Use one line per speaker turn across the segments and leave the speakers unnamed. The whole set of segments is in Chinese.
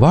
瓦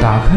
打开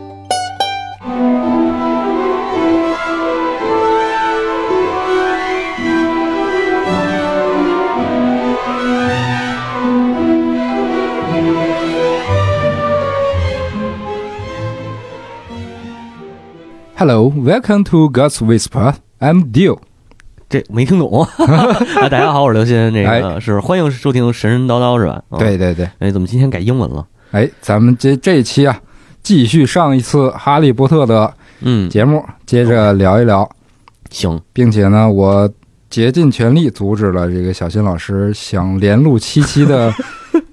Hello, welcome to God's Whisper. I'm Dio.
这没 听懂啊！大家好，我是刘鑫，这个是欢迎收听神神叨叨是吧？
哎
啊
对，对对，
哎，怎么今天改英文了？
哎，咱们这这一期啊，继续上一次《哈利波特》的
嗯，
节目，接着聊一聊，
行，
并且呢，我竭尽全力阻止了这个小新老师想连录七期的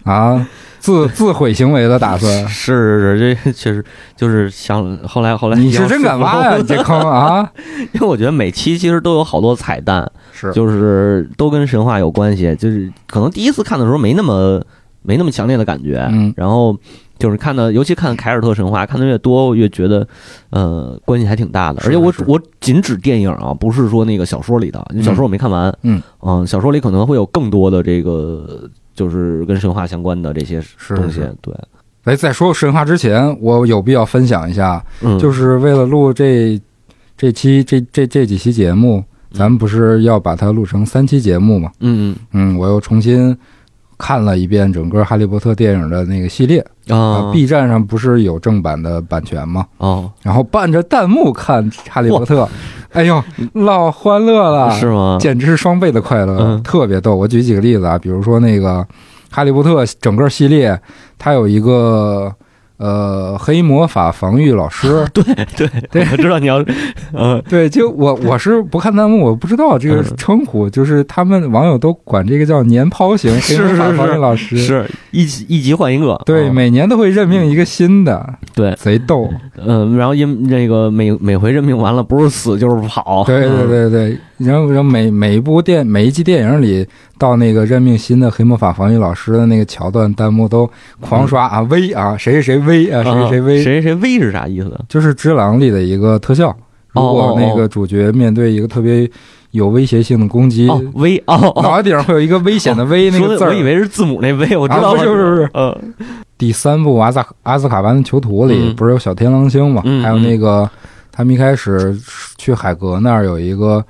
啊自自毁行为的打 算。
是是是，这确实就是想后来后来
你是真敢挖呀、你这坑啊！
因为我觉得每期其实都有好多彩蛋，
是
就是都跟神话有关系，就是可能第一次看的时候没那么没那么强烈的感觉，
嗯
然后就是看的，尤其看凯尔特神话，看的越多越觉得，呃，关系还挺大的。
是
而且我
是
我仅指电影啊，不是说那个小说里的，因为小说我没看完，
嗯
嗯、小说里可能会有更多的这个就是跟神话相关的这些
是
东西
是。
对，
来，在说神话之前，我有必要分享一下，
嗯，
就是为了录这这期这这这几期节目，咱们不是要把它录成三期节目吗？
嗯
嗯，我又重新看了一遍整个《哈利波特》电影的那个系列
嗯
啊
啊
，B 站上不是有正版的版权吗？
哦，
然后伴着弹幕看《哈利波特》， 哎呦，老欢乐了，
是吗？
简直是双倍的快乐，
嗯
特别逗。我举几个例子啊，比如说那个《哈利波特》整个系列，它有一个呃黑魔法防御老师，
对
对，
我 知道你要，嗯
对，就我我是不看弹幕，我不知道这个
嗯
称呼，就是他们网友都管这个叫“年抛型”黑
是
魔法
是
防御
是
老师。
是一集一集换一个，
对，
嗯
每年都会任命一个新的，
对，
贼逗。
嗯，然后因那个每每回任命完了，不是死就是跑，
对对对对，然后然后每每一部电每一季电影里，到那个任命新的黑魔法防御老师的那个桥段，弹幕都狂刷啊威啊，谁谁谁威啊，
嗯，
谁谁谁
啊
威，
谁谁威是啥意思？
就是《只狼》里的一个特效。如
哦
果
哦
那个主角面对一个特别有威胁性的攻击，
哦，威哦哦，
脑袋顶上会有一个危险的威那
说
个
的
字儿。
我以为是字母那威，我知
啊
道
不是不是不是
呃，
第三部《阿萨阿斯卡班的囚徒》里
嗯
不是有小天狼星嘛？
嗯
还有那个他们一开始去海格那儿有一个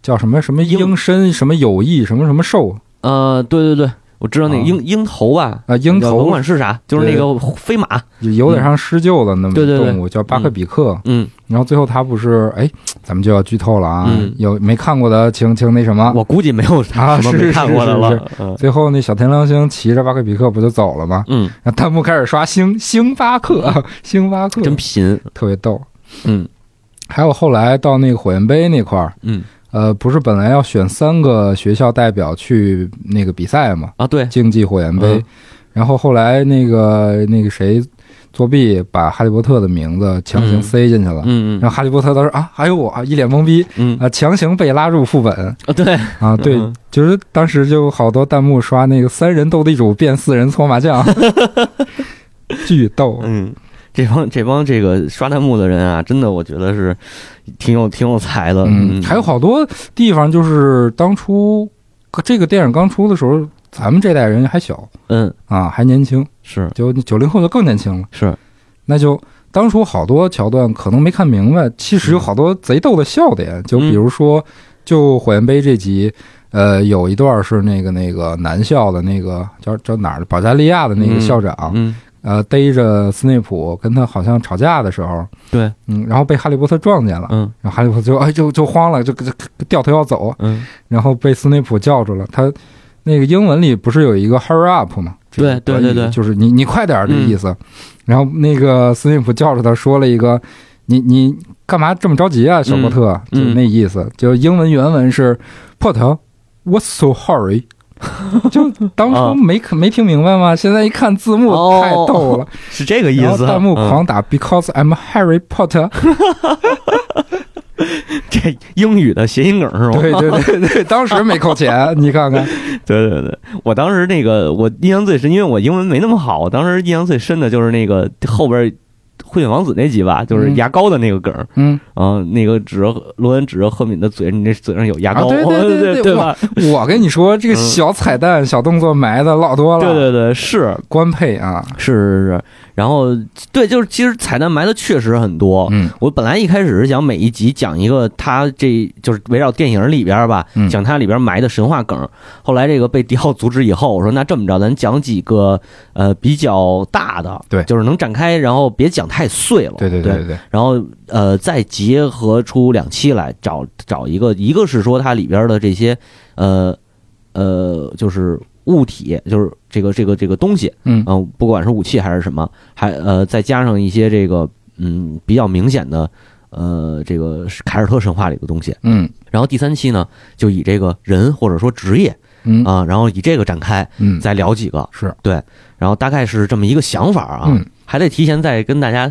叫什么什么
鹰
鹰身什么友谊什么什么兽
呃，对对对，我知道那个
啊
鹰鹰头吧，
啊，鹰
叫甭
头
管是啥，就是那个飞马，
有点像施救的那么
对对对
动物叫巴克比克。
嗯，
然后最后他不是哎，咱们就要剧透了啊
嗯！
有没看过的请请那什么。
我估计没有啥
啊
什么
是是
没看过的
是
了，嗯
最后那小天狼星骑着巴克比克不就走了吗？
嗯，
然后弹幕开始刷星星巴克， 星巴克
嗯真贫，
特别逗。
嗯
还有后来到那个火焰杯那块儿，
嗯
呃，不是本来要选三个学校代表去那个比赛嘛，
啊，对，
竞技火焰杯，
嗯
然后后来那个那个谁作弊，把哈利波特的名字强行
嗯
塞进去了，
嗯
然后哈利波特当时啊，还有我，一脸懵逼
嗯嗯
啊、强行被拉入副本
啊，对，
啊，对，
嗯
就是当时就好多弹幕刷那个三人斗地主变四人搓麻 将，巨逗，
嗯，这帮这帮这个刷弹幕的人啊，真的我觉得是挺有挺有才的。
嗯，还有好多地方就是当初这个电影刚出的时候，咱们这代人还小
嗯
啊，还年轻，
是
九九零后就更年轻了。
是
那就当初好多桥段可能没看明白，其实有好多贼逗的笑点，就比
嗯
如说，就火焰杯这集。呃，有一段是那个那个南校的那个叫叫哪儿保加利亚的那个校长、
嗯
呃逮着斯内普跟他好像吵架的时候，
对，
嗯，然后被哈利波特撞见了，
嗯
然后哈利波特就哎就就慌了，就就就掉头要走，
嗯，
然后被斯内普叫住了。他那个英文里不是有一个 hurry up 吗？这
对
是
对
德
对
语
对
就是你你快点儿的
嗯
意思。然后那个斯内普叫着他说了一个，你你干嘛这么着急啊，小伯特？
嗯
就是那意思，就英文原文是破头，What's so hurry？就当初
啊
没看没听明白吗？现在一看字幕
哦
太逗 了，
是这个意
然后
思。
弹幕
嗯哦
狂打 Because I'm Harry Potter。
这英语的谐音梗是吗？
对对对对，当时没扣钱，你看看，
对对对，我当时那个我印象最深，因为我英文没那么好，我当时印象最深的就是那个后边慧眼王子那集吧，就是
嗯
牙膏的那个梗儿，
嗯。
啊，那个指着罗恩指着赫敏的嘴，你这嘴上有牙膏，
啊对对对
对
对
吧？
我跟你说，这个小彩蛋、小动作埋的老多了，
嗯对对对，是
官配啊，
是是是，然后对，就是其实彩蛋埋的确实很多，
嗯
我本来一开始是想每一集讲一个他这就是围绕电影里边儿吧，
嗯
讲他里边儿埋的神话梗。后来这个被迪奥阻止以后，我说那这么着，咱讲几个呃比较大的，
对
就是能展开，然后别讲太碎了，
对
对
对对对，
然后呃，再结合出两期来找找一个，一个是说它里边的这些呃呃，就是物体，就是这个这个这个东西，
嗯
嗯、不管是武器还是什么，还呃再加上一些这个嗯比较明显的呃这个凯尔特神话里的东西。
嗯
然后第三期呢，就以这个人或者说职业
嗯
啊、然后以这个展开，
嗯，
再聊几个，
是
然后大概是这么一个想法啊。
嗯
还得提前再跟大家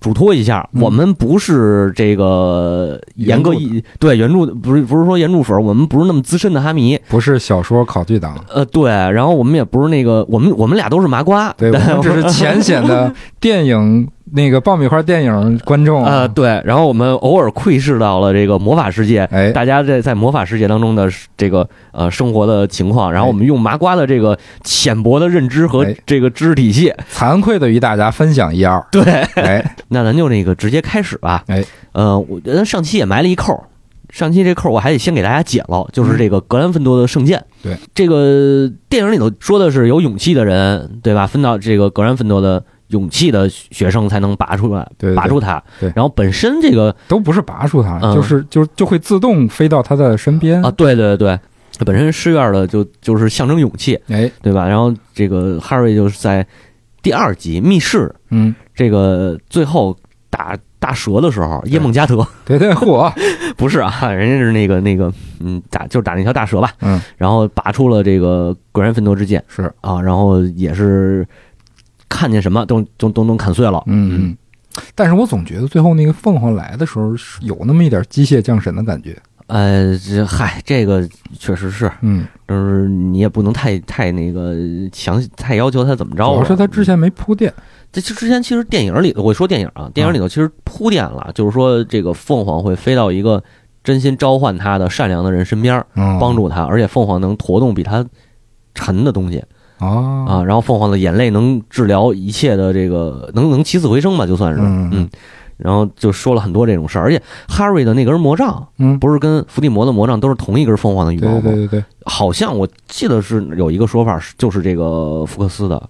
嘱托一下，
嗯
我们不是这个严格意对原著不是不是说原著粉儿，我们不是那么资深的哈迷，
不是小说考据党？
呃，对，然后我们也不是那个，我们我们俩都是麻瓜，
对，我
但
们只是浅显的电影那个爆米花电影观众啊
呃，对，然后我们偶尔窥视到了这个魔法世界。
哎，
大家在在魔法世界当中的这个呃生活的情况，然后我们用麻瓜的这个浅薄的认知和
哎
这个知识 体系，
惭愧的与大家分享一 二，
对，
哎，
那咱就那个直接开始吧。
哎，
呃，我觉得上期也埋了一扣儿，上期这扣儿我还得先给大家解了，就是这个格兰芬多的圣剑。
嗯对，
这个电影里头说的是有勇气的人，对吧？分到这个格兰芬多的勇气的学生才能拔出来，
对对对
拔出它。
对
然后本身这个
都不是拔出它，
嗯
就是就就会自动飞到他的身边
啊，，对对对，本身师院的就就是象征勇气，
哎，
对吧？然后这个哈瑞就是在第二集密室
嗯，
这个最后打大蛇的时候，耶梦加德。
对对，嚯，
不是啊，人家是那个那个，嗯，打就是打那条大蛇吧，
嗯，
然后拔出了这个格兰芬多之剑
是，
啊，然后也是看见什么都都都能砍碎了，
嗯。嗯但是我总觉得最后那个凤凰来的时候是有那么一点机械降神的感觉，
呃，这嗨，这个确实是，
嗯，
就是你也不能太太那个强太要求他怎么着
主
了。
要是他之前没铺垫，
这这之前其实电影里，我说电影啊，电影里头其实铺垫了，就是说这个凤凰会飞到一个真心召唤他的善良的人身边，
嗯，
帮助他，而且凤凰能驮动比他沉的东西。
哦
啊，然后凤凰的眼泪能治疗一切的这个，能能起死回生吧，就算是，
嗯
嗯，然后就说了很多这种事儿，而且 Harry 的那根魔杖
嗯，
不是跟伏地魔的魔杖都是同一根凤凰的羽
对
毛
对
吗？
对对对，
好像我记得是有一个说法是，就是这个福克斯的，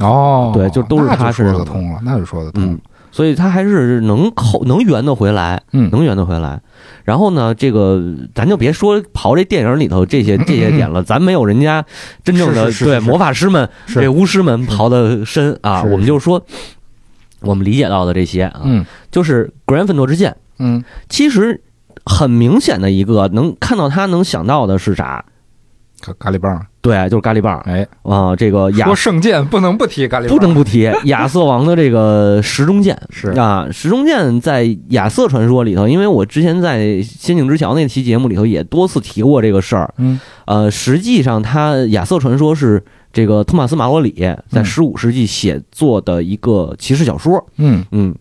哦，
对就都是
那
他
说
身上
得
的
通了，那就说得通
嗯，，所以他还是能扣能圆的回来，
嗯
能圆啊得回来。然后呢，这个咱就别说刨这电影里 头这些这些点了，咱没有人家真正的
是是是
对
是是
魔法师们、
是
这巫师们刨的深啊。
是是
我们就说我们理解到的这些啊，
嗯
就是格兰芬多之剑，
嗯，
其实很明显的一个能看到他能想到的是啥？
咖咖喱棒，
对，就是咖喱棒
哎，
啊，这个亚
说圣剑不能不提咖喱棒，
不能不提亚瑟王的这个时钟剑
是
啊，时钟剑在亚瑟传说里头，因为我之前在《仙境之桥》那期节目里头也多次提过这个事儿。
嗯，
呃，实际上它亚瑟传说是这个托马斯马罗里在
嗯
十五世纪写作的一个骑士小说。
嗯，
嗯，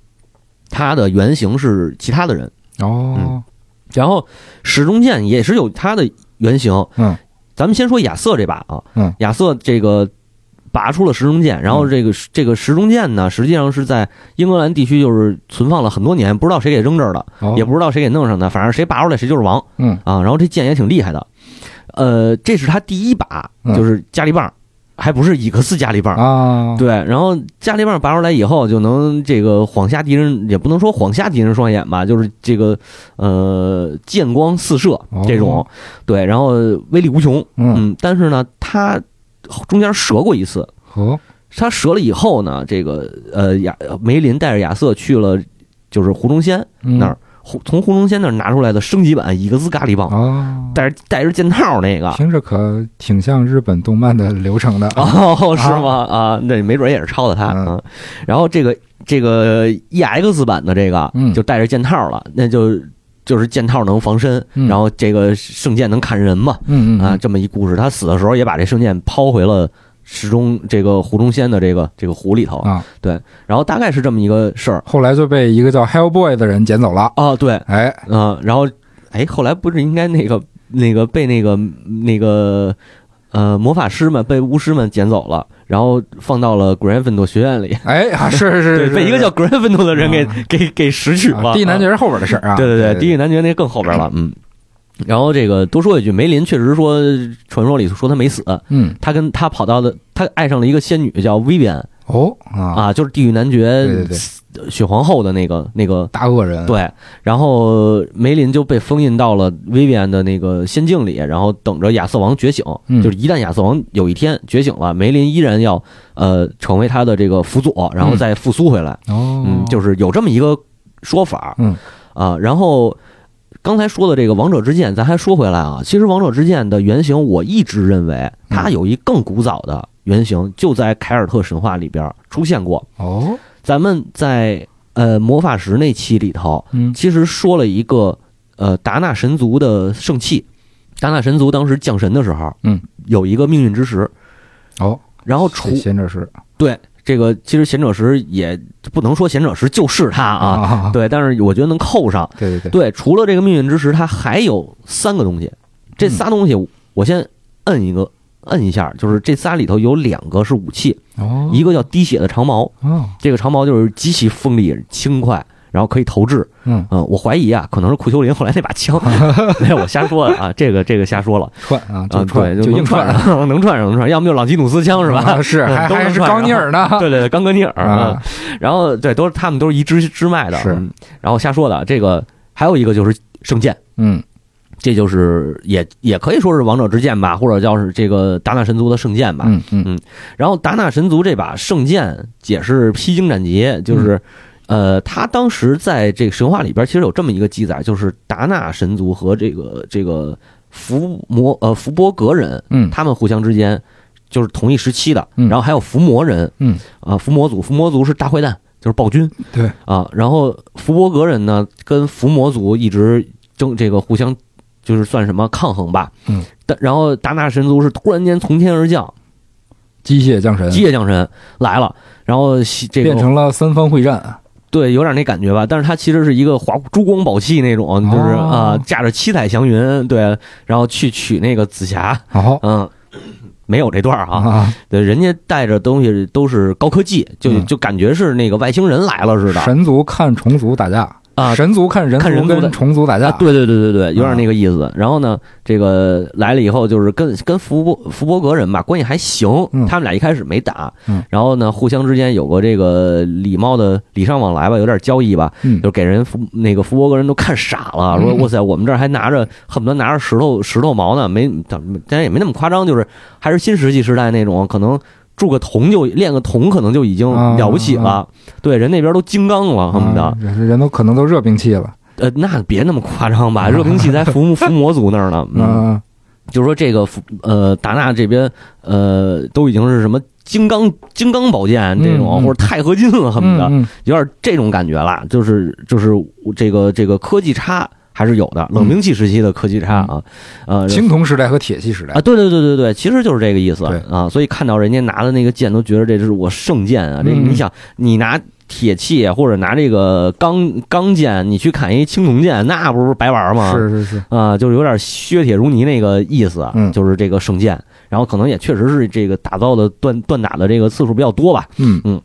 它的原型是其他的人，嗯
哦，
然后时钟剑也是有它的原型。
嗯，
咱们先说亚瑟这把啊，
嗯，
亚瑟这个拔出了时钟剑，然后这个、这个时钟剑呢，实际上是在英格兰地区就是存放了很多年，不知道谁给扔这儿的，
哦
也不知道谁给弄上的，反正谁拔出来谁就是王
嗯
啊。然后这剑也挺厉害的，呃，这是他第一把，
嗯
就是加力棒。还不是一个斯加利棒。
啊，
对，然后加力棒拔出来以后，就能这个晃瞎敌人，也不能说晃瞎敌人双眼吧，就是这个呃剑光四射这种，
哦
对，然后威力无穷，
嗯，
嗯，但是呢，它中间折过一次，
哦，
它折了以后呢，这个呃亚梅林带着亚瑟去了就是胡忠仙
嗯
那儿，胡从胡忠仙那儿拿出来的升级版伊格斯咖喱棒，
哦，
带着带着剑套那个。
听着可挺像日本动漫的流程的啊，
哦，是吗？啊，那没准也是抄的他
嗯
啊。然后这个这个 EX 版的这个，
嗯
就带着剑套了，那就就是剑套能防身，
嗯
然后这个圣剑能砍人嘛，
嗯嗯
啊，
嗯
这么一故事。他死的时候也把这圣剑抛回了池中这个湖中仙的这个这个湖里头，
啊，
然后大概是这么一个事儿
后来就被一个叫 Hellboy 的人捡走了，
啊，对，
哎，
嗯、然后哎，后来不是应该那个那个被那个那个呃魔法师们被巫师们捡走了，然后放到了 Gryffindor 学院里，
哎啊，是是是
对，
是，
被一个叫 Gryffindor 的人给、
啊
给给拾取了。
啊第一男爵
啊
是后边的事儿啊，
对对
对
对，地狱男爵那更后边了，嗯。然后这个多说一句，梅林确实说呃传说里说他没死，
嗯，
他跟他跑到的，他爱上了一个仙女叫薇薇安
哦啊，
啊，就是地狱男爵
对对对嗯
雪皇后的那个那个
大恶人，
对，然后梅林就被封印到了薇薇安的那个仙境里，然后等着亚瑟王觉醒。
嗯
就是一旦亚瑟王有一天觉醒了，梅林依然要呃成为他的这个辅佐，
嗯
然后再复苏回来。
哦，
嗯，就是有这么一个说法。
嗯
啊，然后刚才说的这个《王者之剑》，咱还说回来啊，其实《王者之剑》的原型，我一直认为它有一更古早的原型，就在凯尔特神话里边出现过。
哦，
咱们在呃魔法石那期里头，
嗯
其实说了一个呃达纳神族的圣器，达纳神族当时降神的时候，
嗯，
有一个命运之石，
哦，
然后除
这贤者石
对这个其实贤者石也不能说贤者石就是它啊，
啊，
对，但是我觉得能扣上。
对对对，
对，除了这个命运之石，它还有三个东西，
嗯
这仨东西我先摁一个。摁一下，就是这仨里头有两个是武器，
哦，
一个叫滴血的长矛，
哦，
这个长矛就是极其锋利、轻快，然后可以投掷，
嗯，
嗯，我怀疑啊，可能是库丘林后来那把 枪，没有，我瞎说的啊，这个这个瞎说了
串啊，
啊，
就串
对，就
硬
能
串
串上， 能串上，能串上，要么就朗基努斯枪是 吧
啊？ 是
嗯
还
都能
还是
串上
钢尼 尔呢
对对对，冈格尼尔，
啊
嗯然后对，都是他们都是一支支脉的，
是
嗯，然后瞎说的，这个还有一个就是圣剑。
嗯
这就是也也可以说是王者之剑吧，或者叫是这个达纳神族的圣剑吧。
嗯嗯
然后达纳神族这把圣剑也是披荆斩棘，
嗯
就是，呃，他当时在这个神话里边其实有这么一个记载，就是达纳神族和这个这个伏魔呃伏波格人，
嗯，
他们互相之间就是同一时期的，
嗯
然后还有伏魔人，
嗯
啊，伏魔族，伏魔族是大坏蛋，就是暴君，
对
啊，然后伏波格人呢跟伏魔族一直争这个互相就是算什么抗衡吧，
嗯，
但然后达纳神族是突然间从天而降。
机械降神
机械降神来了，然后西这
变
个
成了三方会战，
对有点那感觉吧，但是它其实是一个华珠光宝气那种，就是啊、
哦
驾着七彩祥云，对，然后去取那个紫霞，
好
嗯，没有这段儿啊，
啊，
对，人家带着东西都是高科技，就
嗯
就感觉是那个外星人来了似的
神族看虫族打架
啊。
神族看人
看人
族
族的
跟虫族打嗯架，，
啊对对对对对，有点那个意思。然后呢，这个来了以后，就是跟跟福伯福伯格人吧，关系还行
嗯。
他们俩一开始没打
嗯，
然后呢，互相之间有过这个礼貌的礼尚往来吧，有点交易吧，
嗯
就给人福那个福伯格人都看傻了，说
嗯
哇塞，我们这儿还拿着恨不得拿着石头石头矛呢，没当然也没那么夸张，就是还是新石器时代那种，可能铸个铜就炼个铜，可能就已经
啊
了不起
啊
了。对，人那边都金刚了，恨不得
啊。人人都可能都热兵器了，
呃，那别那么夸张吧，
啊
热兵器在 伏伏魔族那儿呢。嗯，
嗯，
就是说这个伏呃达纳这边呃都已经是什么金刚金刚宝剑这种，
嗯嗯
或者钛合金了，恨不得、
嗯
有点这种感觉啦。就是就是这个这个科技差还是有的，冷兵器时期的科技差啊，呃
嗯嗯，青铜时代和铁器时代
啊，，对对对对对，其实就是这个意思
对
啊。所以看到人家拿的那个剑，都觉得这是我圣剑啊。这
嗯
你想，你拿铁器啊或者拿这个钢钢剑，你去砍一青铜剑，那不是白玩吗？
是是是，
啊，就是有点削铁如泥那个意思啊，
嗯
就是这个圣剑。然后可能也确实是这个打造的断断打的这个次数比较多吧。
嗯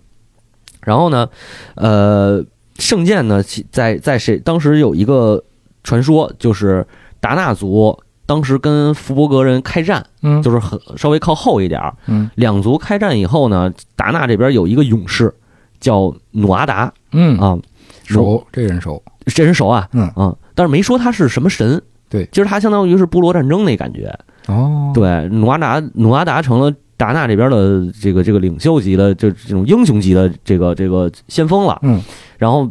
然后呢，呃，圣剑呢，其在在谁当时有一个传说，就是达纳族当时跟福伯格人开战，
嗯，
就是很稍微靠后一点儿。
嗯
两族开战以后呢，达纳这边有一个勇士叫努阿达
嗯，
啊，
熟，这人熟，
这人熟啊，
嗯
但是没说他是什么神。
对
其实他相当于是部落战争那感觉。
哦，
对，努阿达努阿达成了达纳这边的这个这个领袖级的，就这种英雄级的这个这个先锋了。
嗯，
然后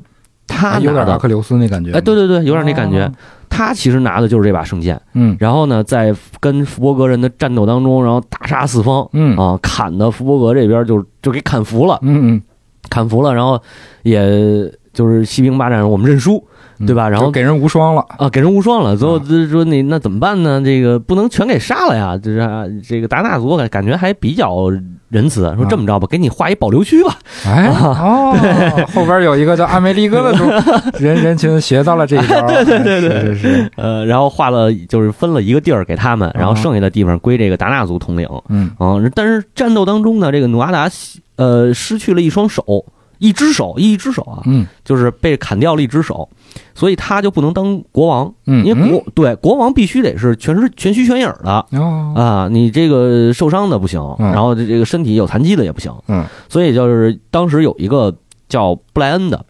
他
哎有
拿
点
的
阿，克琉斯那感觉，
哎，对，对对，有点那感觉
哦。
他其实拿的就是这把圣剑，
嗯
然后呢，在跟福伯格人的战斗当中，然后大杀四方
嗯
啊，砍的福伯格这边就就给砍服了，
嗯嗯
砍服了，然后也就是欺兵霸占，我们认输，
嗯，
对吧然后
就给人无双 了，
啊，给人无双了。最后
啊
就是说你那怎么办呢？这个不能全给杀了呀。就是啊这个达纳族感感觉还比较仁慈，说
啊
这么着吧，给你划一保留区吧。
哎
啊
哦，后边有一个叫阿梅利哥的 主人人群学到了这一招，对对对对，是是是，
呃，然后划了就是分了一个地儿给他们，然后
啊
剩下的地方归这个达纳族统领。
嗯
啊，但是战斗当中呢，这个努阿达呃失去了一双手，一只手，一只手啊，
嗯
就是被砍掉了一只手，所以他就不能当国王，
嗯，
因为国、对国王必须得是全是全虚全影的。
嗯哦，
啊，你这个受伤的不行，
嗯
然后这这个身体有残疾的也不行，
嗯，
所以就是当时有一个叫布莱恩的，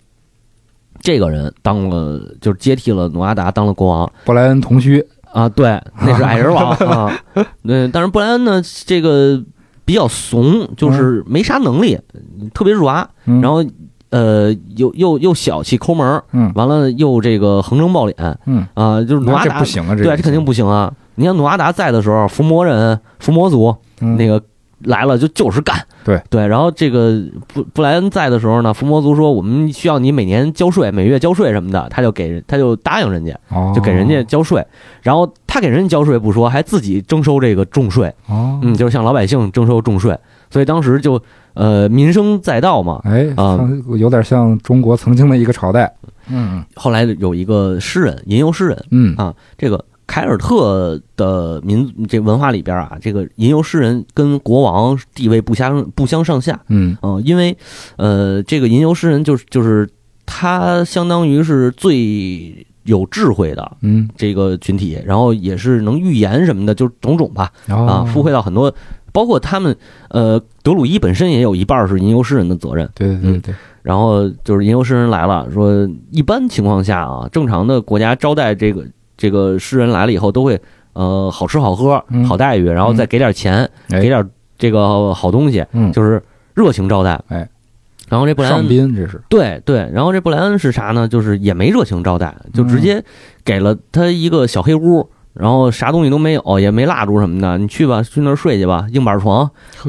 这个人当了就是接替了努阿达当了国王
布莱恩同虚，
啊，对，那是矮人 王啊，嗯，但是布莱恩呢，这个比较怂，就是没啥能力，特别软，
嗯
然后呃，又又又小气抠门儿，
嗯
完了又这个横征暴敛
嗯，
啊，就是努
那
阿
这
达
不。行啊，这
对，这肯定不行啊！你像努阿达在的时候，伏魔人、伏魔族，
嗯
那个来了就就是干。
对
对，然后这个布布莱恩在的时候呢，伏魔族说我们需要你每年交税，每月交税什么的，他就给他就答应人家，
哦
就给人家交税。然后他给人家交税不说，还自己征收这个重税，
哦，
嗯，就是向老百姓征收重税。所以当时就呃民生载道嘛。
哎
啊
像有点像中国曾经的一个朝代，嗯
后来有一个诗人，吟游诗人，
嗯
啊这个凯尔特的民这文化里边啊，这个吟游诗人跟国王地位不相不相上下。
嗯
嗯，因为呃，这个吟游诗人就是就是他相当于是最有智慧的
嗯，
这个群体，然后也是能预言什么的，就是种种吧
然
啊
后，
附会到很多，包括他们呃，德鲁伊本身也有一半是吟游诗人的责任。
对对对对，
然后就是吟游诗人来了，说一般情况下啊，正常的国家招待这个这个诗人来了以后，都会呃好吃好喝
嗯
好待遇，然后再给点钱，
哎
给点这个好东西，
嗯，
就是热情招待。
哎，
然后这布莱
上
恩
宾这是，
对对，然后这布莱恩是啥呢？就是也没热情招待，
嗯
就直接给了他一个小黑屋，然后啥东西都没有，也没蜡烛什么的，你去吧，去那儿睡去吧，硬板床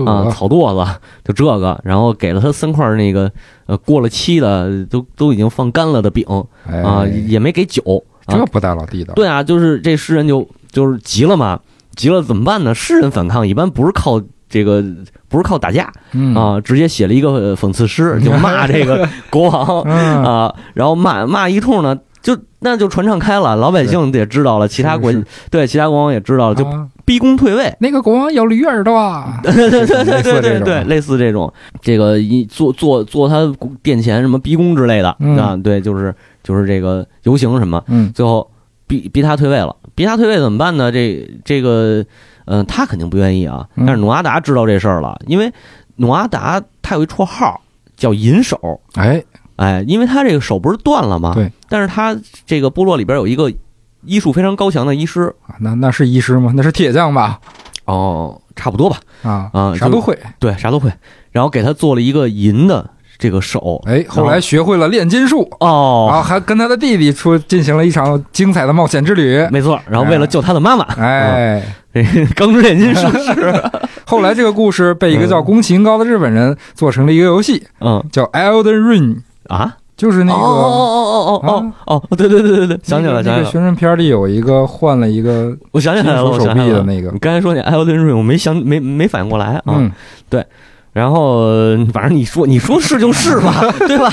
啊，
呵
草垛子， 就这个，然后给了他三块那个呃过了期的，都都已经放干了的饼
哎
啊，也没给酒。啊
这不太老地道，
对啊，就是这诗人就就是急了嘛，急了怎么办呢？诗人反抗一般不是靠这个，不是靠打架，
嗯，
啊，直接写了一个呃讽刺诗，就骂 这个国王
嗯，
啊，然后骂骂一通呢，就那就传唱开了，老百姓也知道了，其他国
是是
对其他国王也知道了，就
啊。
逼宫退位
那个国王有驴耳朵啊，
对对
这种类
对对
似
对
这
对，
种，
类似这种，这个一做做做他殿前什么逼宫之类的
嗯
啊，对，就是就是这个游行什么，
嗯
最后逼逼他退位了，逼他退位怎么办呢？这这个，嗯、他肯定不愿意啊。
嗯
但是努阿达知道这事儿了，因为努阿达他有一绰号叫“银手
哎，”，
哎，因为他这个手不是断了吗？
对。
但是他这个部落里边有一个医术非常高强的医师，
那那是医师吗？那是铁匠吧？
哦，差不多吧，
啊
啊
啥
就
都会。
对，啥都会。然后给他做了一个银的这个手，
哎，后来学会了炼金术，
啊哦，
然后还跟他的弟弟出进行了一场精彩的冒险之旅。
没错。然后为了救他的妈妈，
啊
嗯
哎，
钢之炼金术士，
后来这个故事被一个叫宫崎英高的日本人做成了一个游戏，
嗯
叫《Elden Ring》，
啊，
就是那
哦
个啊
哦哦哦哦哦哦，对对对对对，想起来了
那
想
个
起来了，
宣传片里有一个换了一个
我想起来了，
金属
我
手
想起
臂
来
的
了。
那个
你，刚才说那艾奥顿瑞，我没想没没反应过来啊。
嗯，
然后反正你说你说是就 是吧，对吧？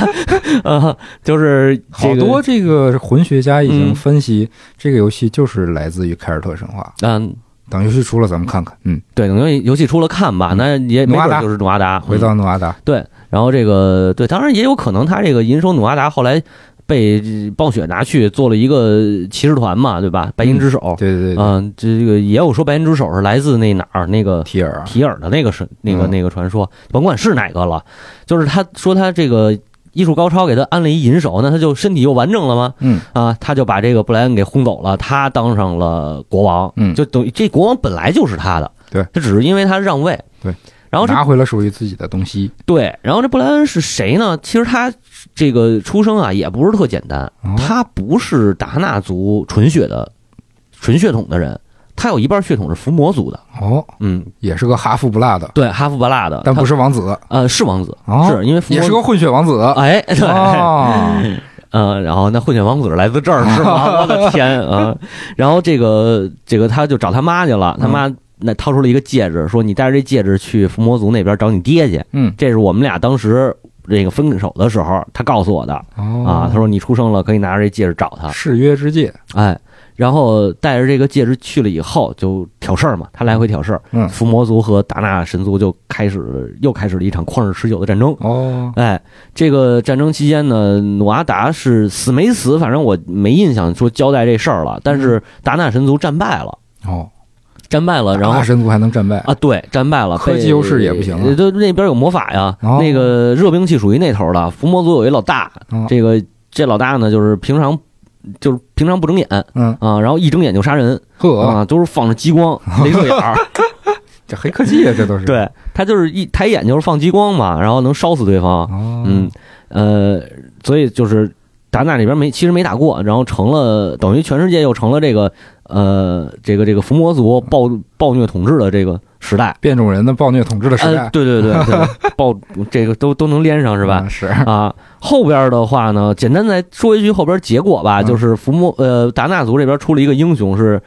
呃，就是
好
这个
多这个魂学家已
嗯
经分析这个游戏就是来自于凯尔特神话。
嗯。
等游戏出了咱们看看，嗯，
对，等游游戏出了看吧，那也没
努阿
准
达
就是努阿达
回
嗯
到诺阿达，
对，然后这个对，当然也有可能他这个银手努阿达后来被暴雪拿去做了一个骑士团嘛，对吧？白银之手，
对对对对，
嗯，这个也有说白银之手是来自那哪儿那个
提尔啊，
提尔的那个是那个
嗯
那个传说，甭管是哪个了，就是他说他这个艺术高超，给他安了一银手，那他就身体又完整了吗？
嗯
啊，他就把这个布莱恩给轰走了，他当上了国王，
嗯
就等于这国王本来就是他的，
对，
他只是因为他让位，
对，
然后这
拿回了属于自己的东西，
对，然后这布莱恩是谁呢？其实他这个出生啊也不是特简单，
哦
他不是达纳族纯血的纯血统的人，他有一半血统是伏魔族的，
哦，
嗯，
也是个哈夫不辣的，
对，哈夫巴拉的，
但
他
不是王子，
呃，是王子，
哦
是因为伏魔
也是个混血王子，
哎，对，
哦，
嗯，然后那混血王子来自这儿是 吗？我的天啊！然后这个这个他就找他妈去了，他
嗯
妈那掏出了一个戒指，说你带着这戒指去伏魔族那边找你爹去，
嗯，
这是我们俩当时这个分手的时候他告诉我的
哦
啊，他说你出生了可以拿着这戒指找他，
誓约之戒，
哎。然后带着这个戒指去了以后，就挑事儿嘛，他来回挑事儿。
嗯
伏魔族和达纳神族就开始又开始了一场旷日持久的战争。
哦，
哎，这个战争期间呢，努阿达是死没死？反正我没印象说交代这事儿了。但是达纳神族战败了，
哦，
战败了，啊然后
大神族还能战败，
啊，对，战败了，
科技
被
优势也不行啊
呃就那边有魔法呀，
哦
那个热兵器属于那头的，伏魔族有一老大，
哦
这个这老大呢，就是平常就是平常不睁眼
嗯，
啊，然后一睁眼就杀人
呵，
啊，都是放着激 光、镭射眼儿，
这黑科技啊，这都是，，
对他就是一抬眼就是放激光嘛，然后能烧死对方。
哦，
嗯，呃，所以就是达纳里边没其实没打过，然后成了等于全世界又成了这个呃这个这个伏魔族暴暴虐统治的这个时代。
变种人的暴虐统治的时
呃，
代
对 对对对，暴这个都都能连上是吧？
嗯是，
啊，后边的话呢，简单再说一句后边结果吧，
嗯
就是伏魔呃达纳族这边出了一个英雄是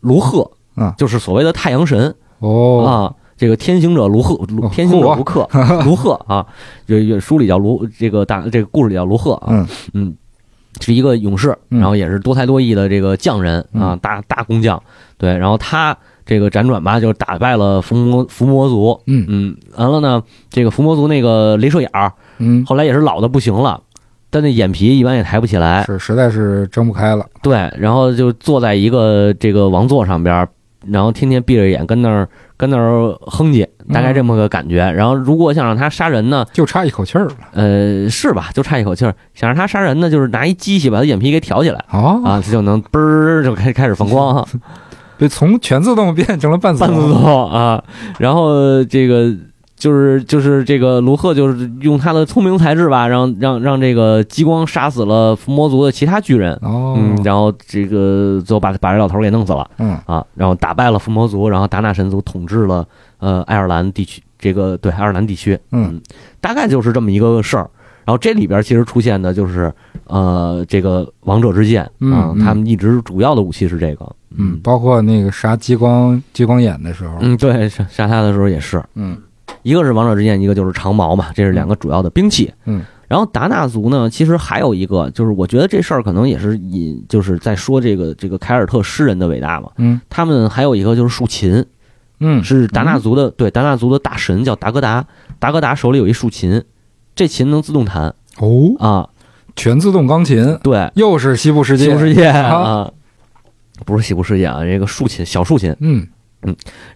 卢赫，
嗯
就是所谓的太阳神，
哦，
啊，这个天行者卢赫，卢
哦
天行者
嚯
卢克， 卢赫啊，这这书里叫卢，这个大这个故事里叫卢赫啊
嗯，
嗯，是一个勇士，
嗯
然后也是多才多艺的这个匠人啊
嗯，
大大工匠，对，然后他这个辗转吧，就打败了伏魔伏魔族，
嗯
嗯，完了呢，这个伏魔族那个镭射眼儿，
嗯，
后来也是老的不行了。但那眼皮一般也抬不起来，
是，实在是睁不开了，
对，然后就坐在一个这个王座上边儿，然后天天闭着眼跟那儿跟那儿哼唧，大概这么个感觉。然后如果想让他杀人呢，
就差一口气儿了，
呃，是吧？就差一口气儿。想让他杀人呢，就是拿一机器把他眼皮给挑起来
哦，
啊，他就能嘣儿就开开始放光啊
被从全自动变成了半自
半自
哦
动啊。然后这个。就是就是这个卢赫就是用他的聪明才智吧，让让让这个激光杀死了伏魔族的其他巨人，
哦，
嗯，然后这个最后把把这老头儿给弄死了。
嗯，
啊，然后打败了伏魔族，然后达纳神族统治了呃爱尔兰地区，这个对爱尔兰地区，
嗯，
大概就是这么一个事儿。然后这里边其实出现的就是呃这个王者之剑
嗯
啊
嗯
他们一直主要的武器是这个，
嗯，包括那个杀激光激光眼的时候，
嗯，对，杀杀他的时候也是，
嗯
一个是王者之剑，一个就是长矛嘛，这是两个主要的兵器。
嗯，
然后达纳族呢，其实还有一个，就是我觉得这事儿可能也是以就是在说这个这个凯尔特诗人的伟大嘛，
嗯
他们还有一个就是竖琴，
嗯，
是达纳族的，对达纳族的大神叫达格达，达格达手里有一竖琴，这琴能自动弹
哦，
啊，
全自动钢琴，
对，
又是西部世界，
西部世界啊，不是西部世界啊，这个竖琴小竖琴，
嗯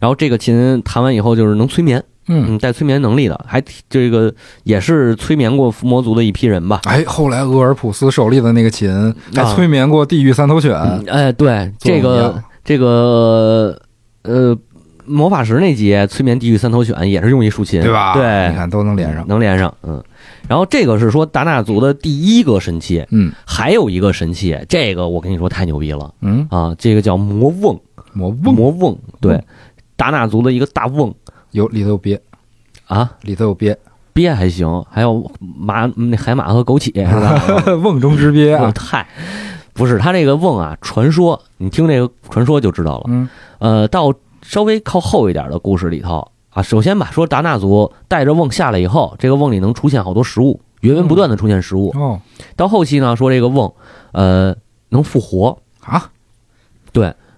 然后这个琴弹完以后就是能催眠，
嗯，
嗯，带催眠能力的，还挺这个也是催眠过伏魔族的一批人吧。
哎，后来俄尔普斯手里的那个琴还
啊
催眠过地狱三头犬，
嗯哎，对，
做
这
得
个
怎
这个呃，魔法石那集催眠地狱三头犬也是用一竖琴，
对吧？
对
你，看都能连上，
能连上，嗯。然后这个是说达纳族的第一个神器，
嗯
还有一个神器，这个我跟你说太牛逼了
嗯，
啊！这个叫魔瓮，
魔瓮
魔瓮，对，达纳族的一个大瓮
有里头有鳖，
啊，
里头有 鳖，
鳖还行，还有马嗯那海马和枸杞是吧？
瓮中之鳖
我
啊，
太不是，它这个瓮啊，传说你听这个传说就知道了。
嗯
呃，到稍微靠后一点的故事里头啊，首先吧，说达纳族带着瓮下来以后，这个瓮里能出现好多食物，源源不断的出现食物。
哦
到后期呢，说这个瓮，呃，能复活，
啊，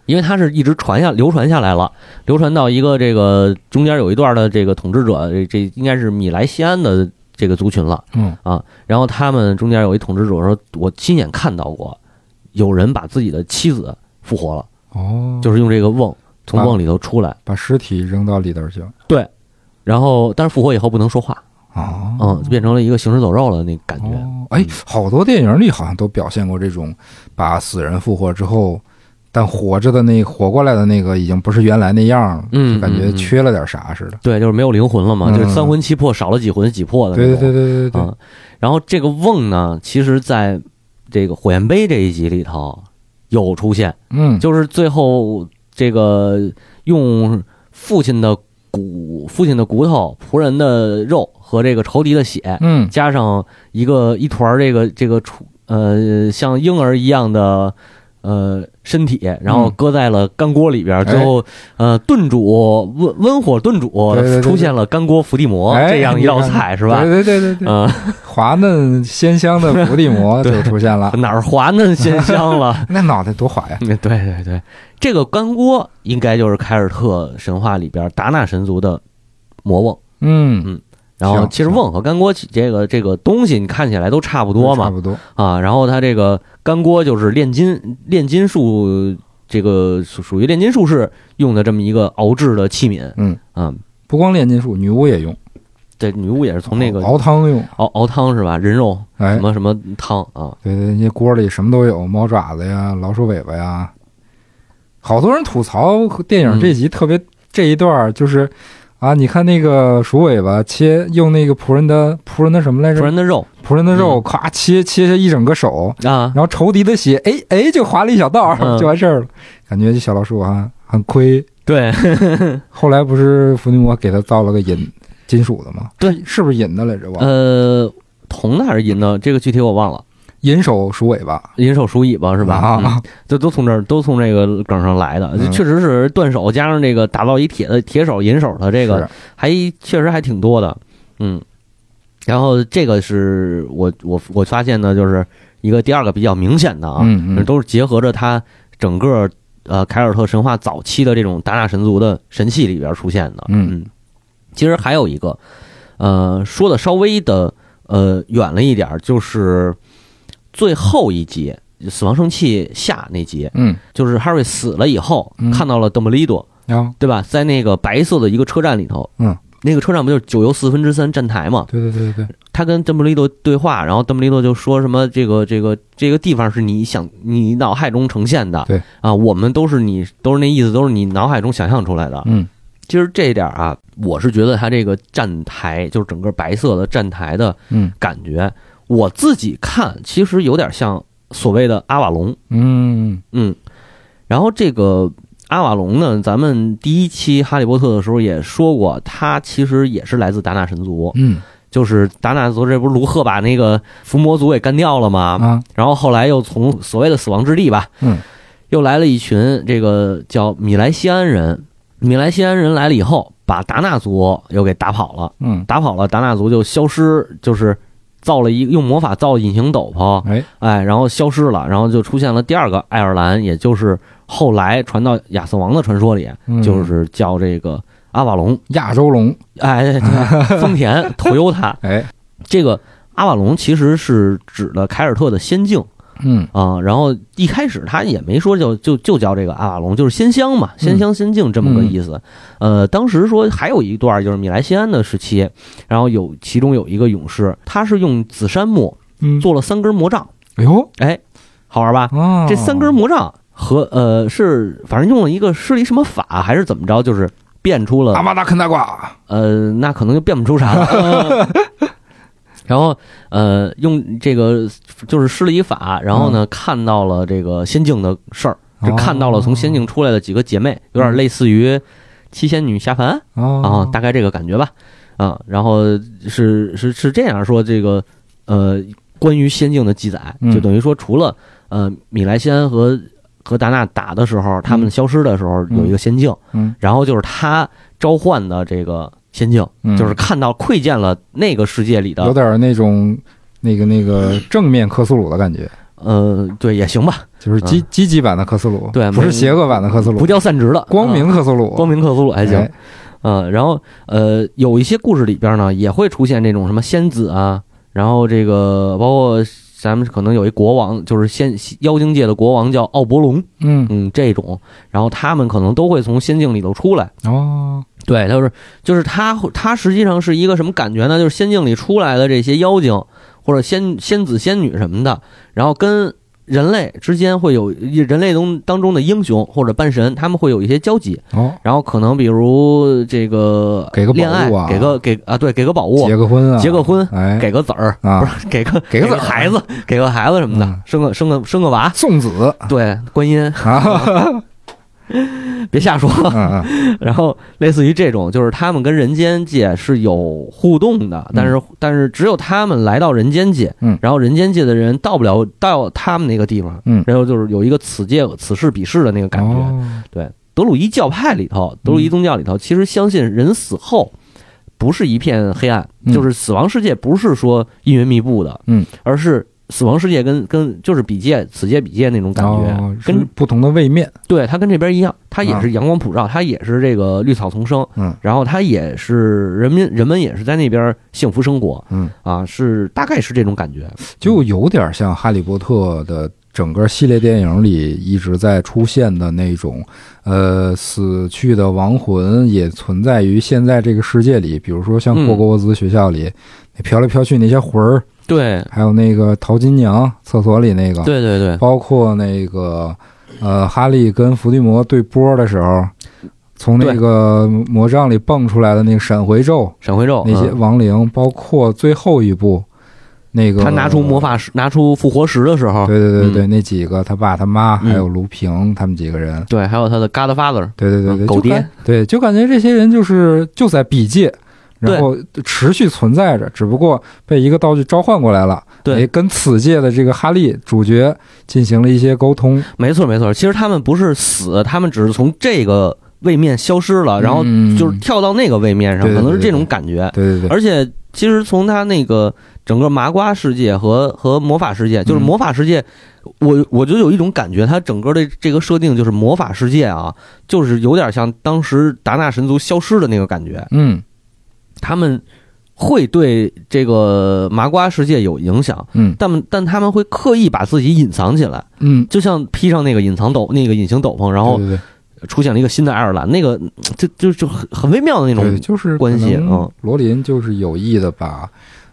因为它是一直传下流传下来了，流传到一个这个中间有一段的这个统治者，这这应该是米莱西安的这个族群了。
嗯
然后他们中间有一统治者说，我亲眼看到过，有人把自己的妻子复活了，
哦，
就是用这个瓮
啊
从瓮里头出来，
把尸体扔到里头去了。
然后但是复活以后不能说话，
哦，
嗯，就变成了一个行尸走肉了那感觉。
哦，哎，好多电影里好像都表现过这种，把死人复活之后，但活着的那活过来的那个已经不是原来那样了，
嗯
就感觉
嗯嗯
缺了点啥似的。
对，就是没有灵魂了嘛，
嗯
就是三魂七魄，少了几魂几魄的那
对
种。
对对对对对，
啊、然后这个瓮呢，其实在这个火焰杯这一集里头有出现，
嗯，
就是最后这个用父亲的骨、父亲的骨头、仆人的肉和这个仇敌的血，
嗯
加上一个一团儿这个这个出呃像婴儿一样的。呃，身体，然后
嗯
搁在了干锅里边儿，
哎
最后，呃，炖煮温温火炖煮，
对对对对
出现了干锅伏地魔、
哎
这样一道
你看
菜，是吧？
对对对对对，
嗯，
滑嫩鲜香的伏地魔就
对
出现了，
哪儿滑嫩鲜香了？
那脑袋多滑呀！
对对对，这个干锅应该就是凯尔特神话里边达纳神族的魔瓮。
嗯，
然后
行
其实瓮和干锅这个这个东西，你看起来都差不多
差
嘛
不多。
啊。然后它这个干锅就是炼金炼金术这个属属于炼金术士用的这么一个熬制的器皿。
嗯
啊，
不光炼金术，女巫也用，
这女巫也是从那个
熬汤用。
熬熬汤是吧？人肉
哎
什，么什么汤啊？
对对，那锅里什么都有，猫爪子呀，老鼠尾巴呀。好多人吐槽电影这集特别、这一段儿就是啊，你看那个鼠尾巴切用那个仆人的仆人的什么来
不
着？
然的肉
仆人的
嗯
肉，咵、切切下一整个手，
啊
然，后仇敌的血，哎哎就划了一小道儿、
嗯
就完事儿了，感觉这小老鼠啊很亏。
对，
后来不是伏地魔给他造了个银金属的吗？
对，
是不是银的来着？忘了
呃，铜的还是银的？这个具体我忘了。
银手鼠尾巴
银手鼠尾巴是吧？
啊
嗯这、都从这儿，都从这个梗上来的，
嗯
确实是断手加上这个打造一铁的铁手银手的这个，
是
还确实还挺多的，嗯。然后这个是我我我发现呢，就是一个第二个比较明显的啊，
嗯嗯
都是结合着它整个呃凯尔特神话早期的这种达纳神族的神器里边出现的，
嗯
其实还有一个，呃，说的稍微的呃远了一点儿，就是最后一集《死亡圣器下》那集，
嗯，
就是哈瑞死了以后、
嗯
看到了邓布利多，
然后
对吧？在那个白色的一个车站里头，
嗯，
那个车站不就是九游四分之三站台嘛？
对对对对对，
他跟邓布利多对话，然后邓布利多就说什么这个这个这个地方是你想你脑海中呈现的，
对
啊，我们都是你都是那意思，都是你脑海中想象出来的，
嗯
其实这一点啊，我是觉得它这个站台，就是整个白色的站台的
嗯
感觉，我自己看其实有点像所谓的阿瓦隆，
嗯
嗯。然后这个阿瓦隆呢，咱们第一期《哈利波特》的时候也说过，他其实也是来自达纳神族，
嗯
就是达纳族，这不是卢赫把那个伏魔族给干掉了吗？
啊
然后后来又从所谓的死亡之地吧，
嗯，
又来了一群这个叫米莱西安人。米莱西安人来了以后，把达纳族又给打跑了，
嗯，
打跑了，达纳族就消失，就是造了一用魔法造隐形斗篷，
哎
哎，然后消失了，然后就出现了第二个爱尔兰，也就是后来传到亚瑟王的传说里，
嗯
就是叫这个阿瓦隆，
亚洲龙，
哎，对，丰田、Toyota
哎
这个阿瓦隆其实是指的凯尔特的仙境。
嗯
啊、然后一开始他也没说就就就叫这个阿瓦隆，就是仙乡嘛，仙乡仙境这么个意思。呃，当时说还有一段就是米莱西安的时期，然后有其中有一个勇士，他是用紫杉木
嗯，
做了三根魔杖，
哎呦
哎，好玩吧？
啊，
这三根魔杖和呃是反正用了一个施了一什么法还是怎么着，就是变出了
阿巴达肯大瓜，
呃，那可能就变不出啥了。 呃然后，呃，用这个就是施了一法，然后呢，看到了这个仙境的事儿，
哦
就看到了从仙境出来的几个姐妹，有点类似于七仙女下凡啊
哦，
大概这个感觉吧。啊，然后是是是这样说，这个呃，关于仙境的记载，
嗯
就等于说，除了呃米莱仙和和达纳打的时候，他们
嗯
消失的时候有一个仙境，
嗯
然后就是他召唤的这个仙境，
嗯
就是看到窥见了那个世界里
有
的，
点那种那个那个正面克苏鲁的感觉，
呃，对，也行吧，
就是积积极版的克苏鲁，
嗯对
不是
没
邪恶版的克苏鲁，
不掉散值了，
光
啊
明克苏鲁，
光明克苏鲁还行
哎，
呃，然后呃，有一些故事里边呢，也会出现这种什么仙子啊，然后这个包括咱们可能有一国王，就是仙妖精界的国王叫奥伯龙，
嗯，
嗯，这种，然后他们可能都会从仙境里头出来。
哦，
对，他就是就是他会他实际上是一个什么感觉呢？就是仙境里出来的这些妖精或者仙仙子仙女什么的，然后跟人类之间会有人类中当中的英雄或者半神，他们会有一些交集。
哦，
然后可能比如这个
给个宝
恋爱
物啊，
给个给啊对，给个宝物，
结个婚啊，
结个婚
哎，
给个子儿，
啊
不是给个
给个
个
子儿
孩子，给个孩子什么
嗯
的，生个生个生个娃，
送子
对，观音
啊，
别瞎说。
嗯嗯
然后类似于这种，就是他们跟人间界是有互动的，但是、但是只有他们来到人间界，
嗯
然后人间界的人到不了到他们那个地方，
嗯
然后就是有一个此界此事彼事的那个感觉。
哦
德鲁伊教派里头，
嗯
德鲁伊宗教里头，其实相信人死后不是一片黑暗，
嗯
就是死亡世界不是说阴云密布的，
嗯，
而是死亡世界跟跟就是比界此界彼界那种感觉，
哦是
跟
不同的位面，
对，它跟这边一样，它也
啊
是阳光普照，它也是这个绿草丛生，
嗯，
然后它也是人民人们也是在那边幸福生活
嗯，
啊，是大概是这种感觉，
就有点像《哈利波特》的整个系列电影里一直在出现的那种，呃，死去的亡魂也存在于现在这个世界里，比如说像
嗯
霍格沃兹学校里、那飘来飘去那些魂儿，
对，
还有那个淘金娘厕所里那个，
对对对，
包括那个呃，哈利跟伏地魔对波的时候，从那
对
个魔杖里蹦出来的那个闪回咒，
闪回咒
那些
嗯
亡灵，包括最后一部那个
他拿出魔，法石，拿出复活石的时候，
对对对对，那几个他爸他妈
啊嗯
还有卢平他们几个人，
对，还有他的 Godfather，
对对对对，
嗯狗
就感，对，就感觉这些人就是就在笔界。
对
然后持续存在着，只不过被一个道具召唤过来了，
对
哎跟此界的这个哈利主角进行了一些沟通，
没错没错，其实他们不是死，他们只是从这个位面消失了，啊然后
嗯
就是跳到那个位面上，
对对
可能是
对
这种
对
感觉，
对对对，
而且其实从他那个整个麻瓜世界和和魔法世界，就是
嗯
魔法世界，我我就有一种感觉，它整个的这个设定就是魔法世界啊，就是有点像当时达纳神族消失的那个感觉，
嗯
他们会对这个麻瓜世界有影响。
嗯
但但他们会刻意把自己隐藏起来，
嗯，
就像披上那个隐藏斗那个隐形斗篷，然后
对对对
出现了一个新的爱尔兰，那个就就就很很微妙的那
对，
种，
就是可
关系
能
嗯
罗琳就是有意的把，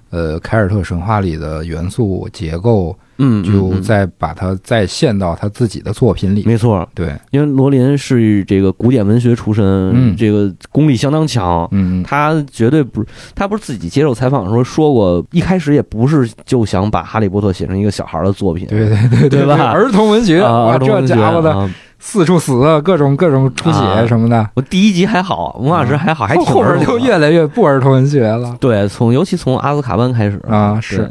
呃，凯尔特神话里的元素结构，
嗯，嗯
就
嗯
再把它再现到他自己的作品里。
没错，
对，
因为罗琳是这个古典文学出身，
嗯
这个功力相当强。
嗯，嗯
他绝对不，他不是自己接受采访的时候说过，一开始也不是就想把《哈利波特》写成一个小孩的作品，啊
对对对
对吧
儿童文学，
啊，
哇，
儿童
这
文学
家伙的
啊
四处死，各种各种出血
啊
什么的，
我第一集还好，文老师还好，还
后
挺
嗯后边
儿童
就
的
越来越不儿童文学了。
对，从尤其从阿兹卡班开始
啊是
对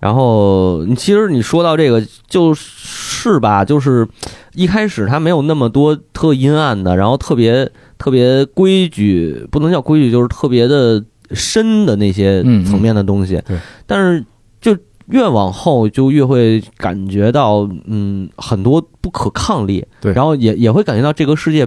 然后你其实你说到这个，就是吧，就是一开始它没有那么多特阴暗的，然后特别特别规矩，不能叫规矩，就是特别的深的那些
嗯嗯
层面的东西。
对
但是就越往后就越会感觉到，嗯，很多不可抗力。
对
然后也也会感觉到这个世界，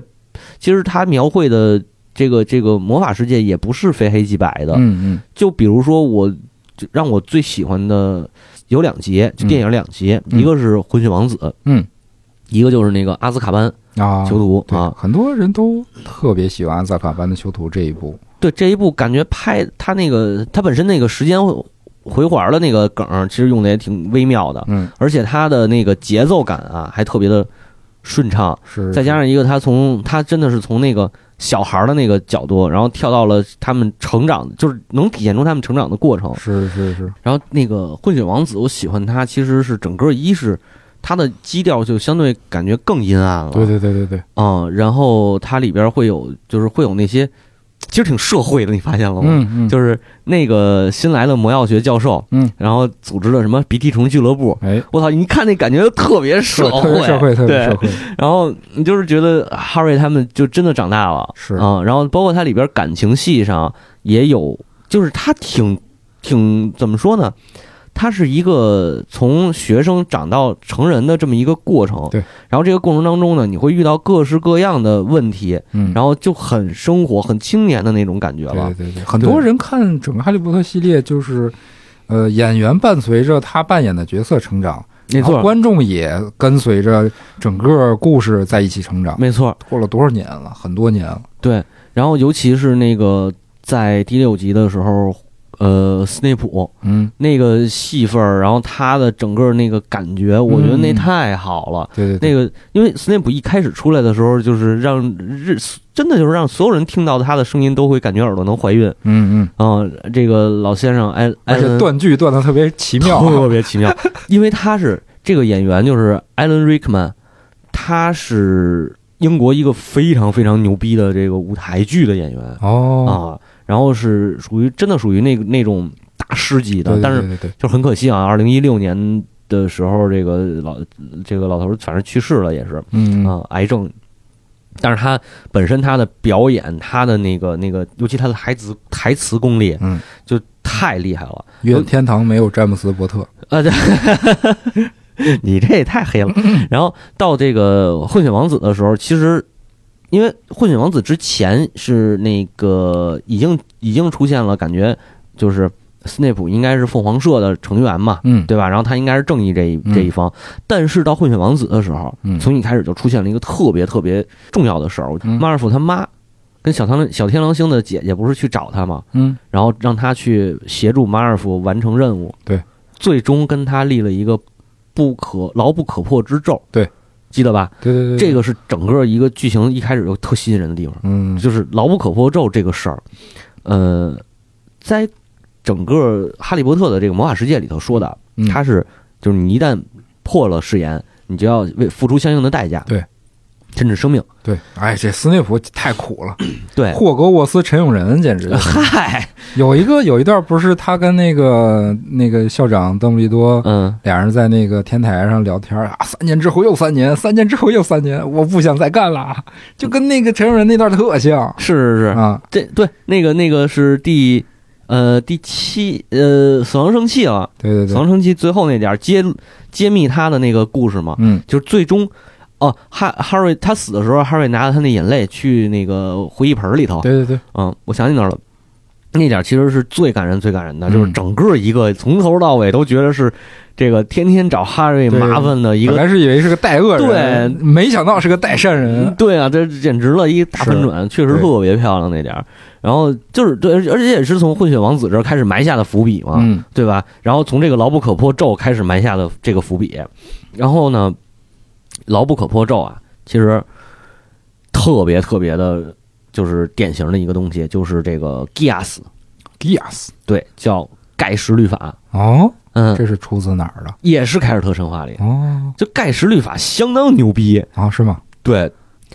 其实它描绘的这个这个魔法世界也不是非黑即白的。
嗯
就比如说我就让我最喜欢的有两集，就电影两集，
嗯
一个是《混血王子》，
嗯，
一个就是那个阿兹卡班
嗯啊，
囚徒
对
啊。
很多人都特别喜欢《阿萨卡班的囚徒》这一部。
对这一部感觉拍他那个他本身那个时间回环的那个梗儿，其实用的也挺微妙的，
嗯，
而且他的那个节奏感啊，还特别的顺畅。
是
再加上一个他从他真的是从那个小孩儿的那个角度，然后跳到了他们成长，就是能体现出他们成长的过程。
是是是，
然后那个混血王子，我喜欢他，其实是整个一是他的基调就相对感觉更阴暗了，
对对对对对，
嗯，然后它里边会有就是会有那些其实挺社会的，你发现了吗？
嗯嗯，
就是那个新来的魔药学教授，
嗯，
然后组织了什么鼻涕虫俱乐部，
哎，
我操！你看那感觉就特别
特
社
特别社会，特别
对
社会，
然后你就是觉得哈瑞他们就真的长大了，
是
啊、然后包括它里边感情戏上也有，就是他挺挺怎么说呢？它是一个从学生长到成人的这么一个过程。
对，
然后这个过程当中呢，你会遇到各式各样的问题，
嗯，
然后就很生活、很青年的那种感觉了
对。对对，很多人看整个《哈利波特》系列，就是呃，演员伴随着他扮演的角色成长，
没
然后
错，
啊观众也跟随着整个故事在一起成长。
没错，
过了多少年了？很多年了。
对。然后尤其是那个在第六集的时候，呃，斯内普
嗯，
那个戏份儿，然后他的整个那个感觉，我觉得那
嗯
太好了。
对对对，
那个，因为斯内普一开始出来的时候，就是让日真的就是让所有人听到他的声音都会感觉耳朵能怀孕
嗯嗯，
啊、这个老先生埃
而
埃
且
伦
断句断的特别奇妙 啊。
特别奇妙，因为他是这个演员就是艾伦·瑞克曼，他是英国一个非常非常牛逼的这个舞台剧的演员
哦，
啊，然后是属于真的属于那个那种大师级
对
的，
对
但是
对对对，
就是很可惜啊，二零一六年的时候，这个老这个老头儿反正去世了，也是。
嗯嗯
啊、癌症。但是他本身他的表演，他的那个那个，尤其他的台词台词功力，
嗯，
就太厉害了。
愿天堂没有詹姆斯·伯特。
啊， 对，你这也太 黑了。然后到这个混血王子的时候，其实因为混血王子之前是那个已经已经出现了，感觉就是斯内普应该是凤凰社的成员嘛，
嗯，
对吧？然后他应该是正义这一这一方，但是到混血王子的时候，
嗯
从一开始就出现了一个特别特别重要的事儿。
嗯
马尔福他妈跟小唐小天狼星的姐姐不是去找他吗？
嗯
然后让他去协助马尔福完成任务。
对，
最终跟他立了一个不可牢不可破之咒。
对，
记得吧？
对对对，
这个是整个一个剧情一开始就特吸引人的地方。
嗯
就是牢不可破咒这个事儿，呃，在整个《哈利波特》的这个魔法世界里头说的，
嗯
它是就是你一旦破了誓言，你就要为付出相应的代价，
对，
甚至生命，
对，哎，这斯内普太苦了，
对，
霍格沃斯陈永仁简直就是
嗨，
有一个有一段不是他跟那个那个校长邓布利多
嗯，
俩人在那个天台上聊天啊，三年之后又三年，三年之后又三年，我不想再干了，就跟那个陈永仁那段特像
是是是，
啊，
这对那个那个是第呃第七呃死亡圣器了，
对对
死
对，
亡圣器最后那点儿揭揭秘他的那个故事嘛，
嗯
就是最终，哦，哈哈瑞他死的时候，哈瑞拿着他那眼泪去那个回忆盆里头。
对对对，
嗯，我想起那儿了。那点儿其实是最感人、最感人的，
嗯
就是整个一个从头到尾都觉得是这个天天找哈瑞
对
麻烦的一
本
个。
来是以为是个带恶人，
对
没想到是个带善人，
对啊，这简直了一大反转，确实
对
特别漂亮那点儿。然后就是对，而且也是从混血王子这儿开始埋下的伏笔嘛。
嗯
对吧？然后从这个牢不可破咒开始埋下的这个伏笔，然后呢，牢不可破咒啊，其实特别特别的，就是典型的一个东西，就是这个 Gias，
，Gias，
对，叫盖什律法，
哦，
嗯，
这是出自哪儿的？
也是凯尔特神话里，
哦
就盖什律法相当牛逼，
啊，是吗？
对，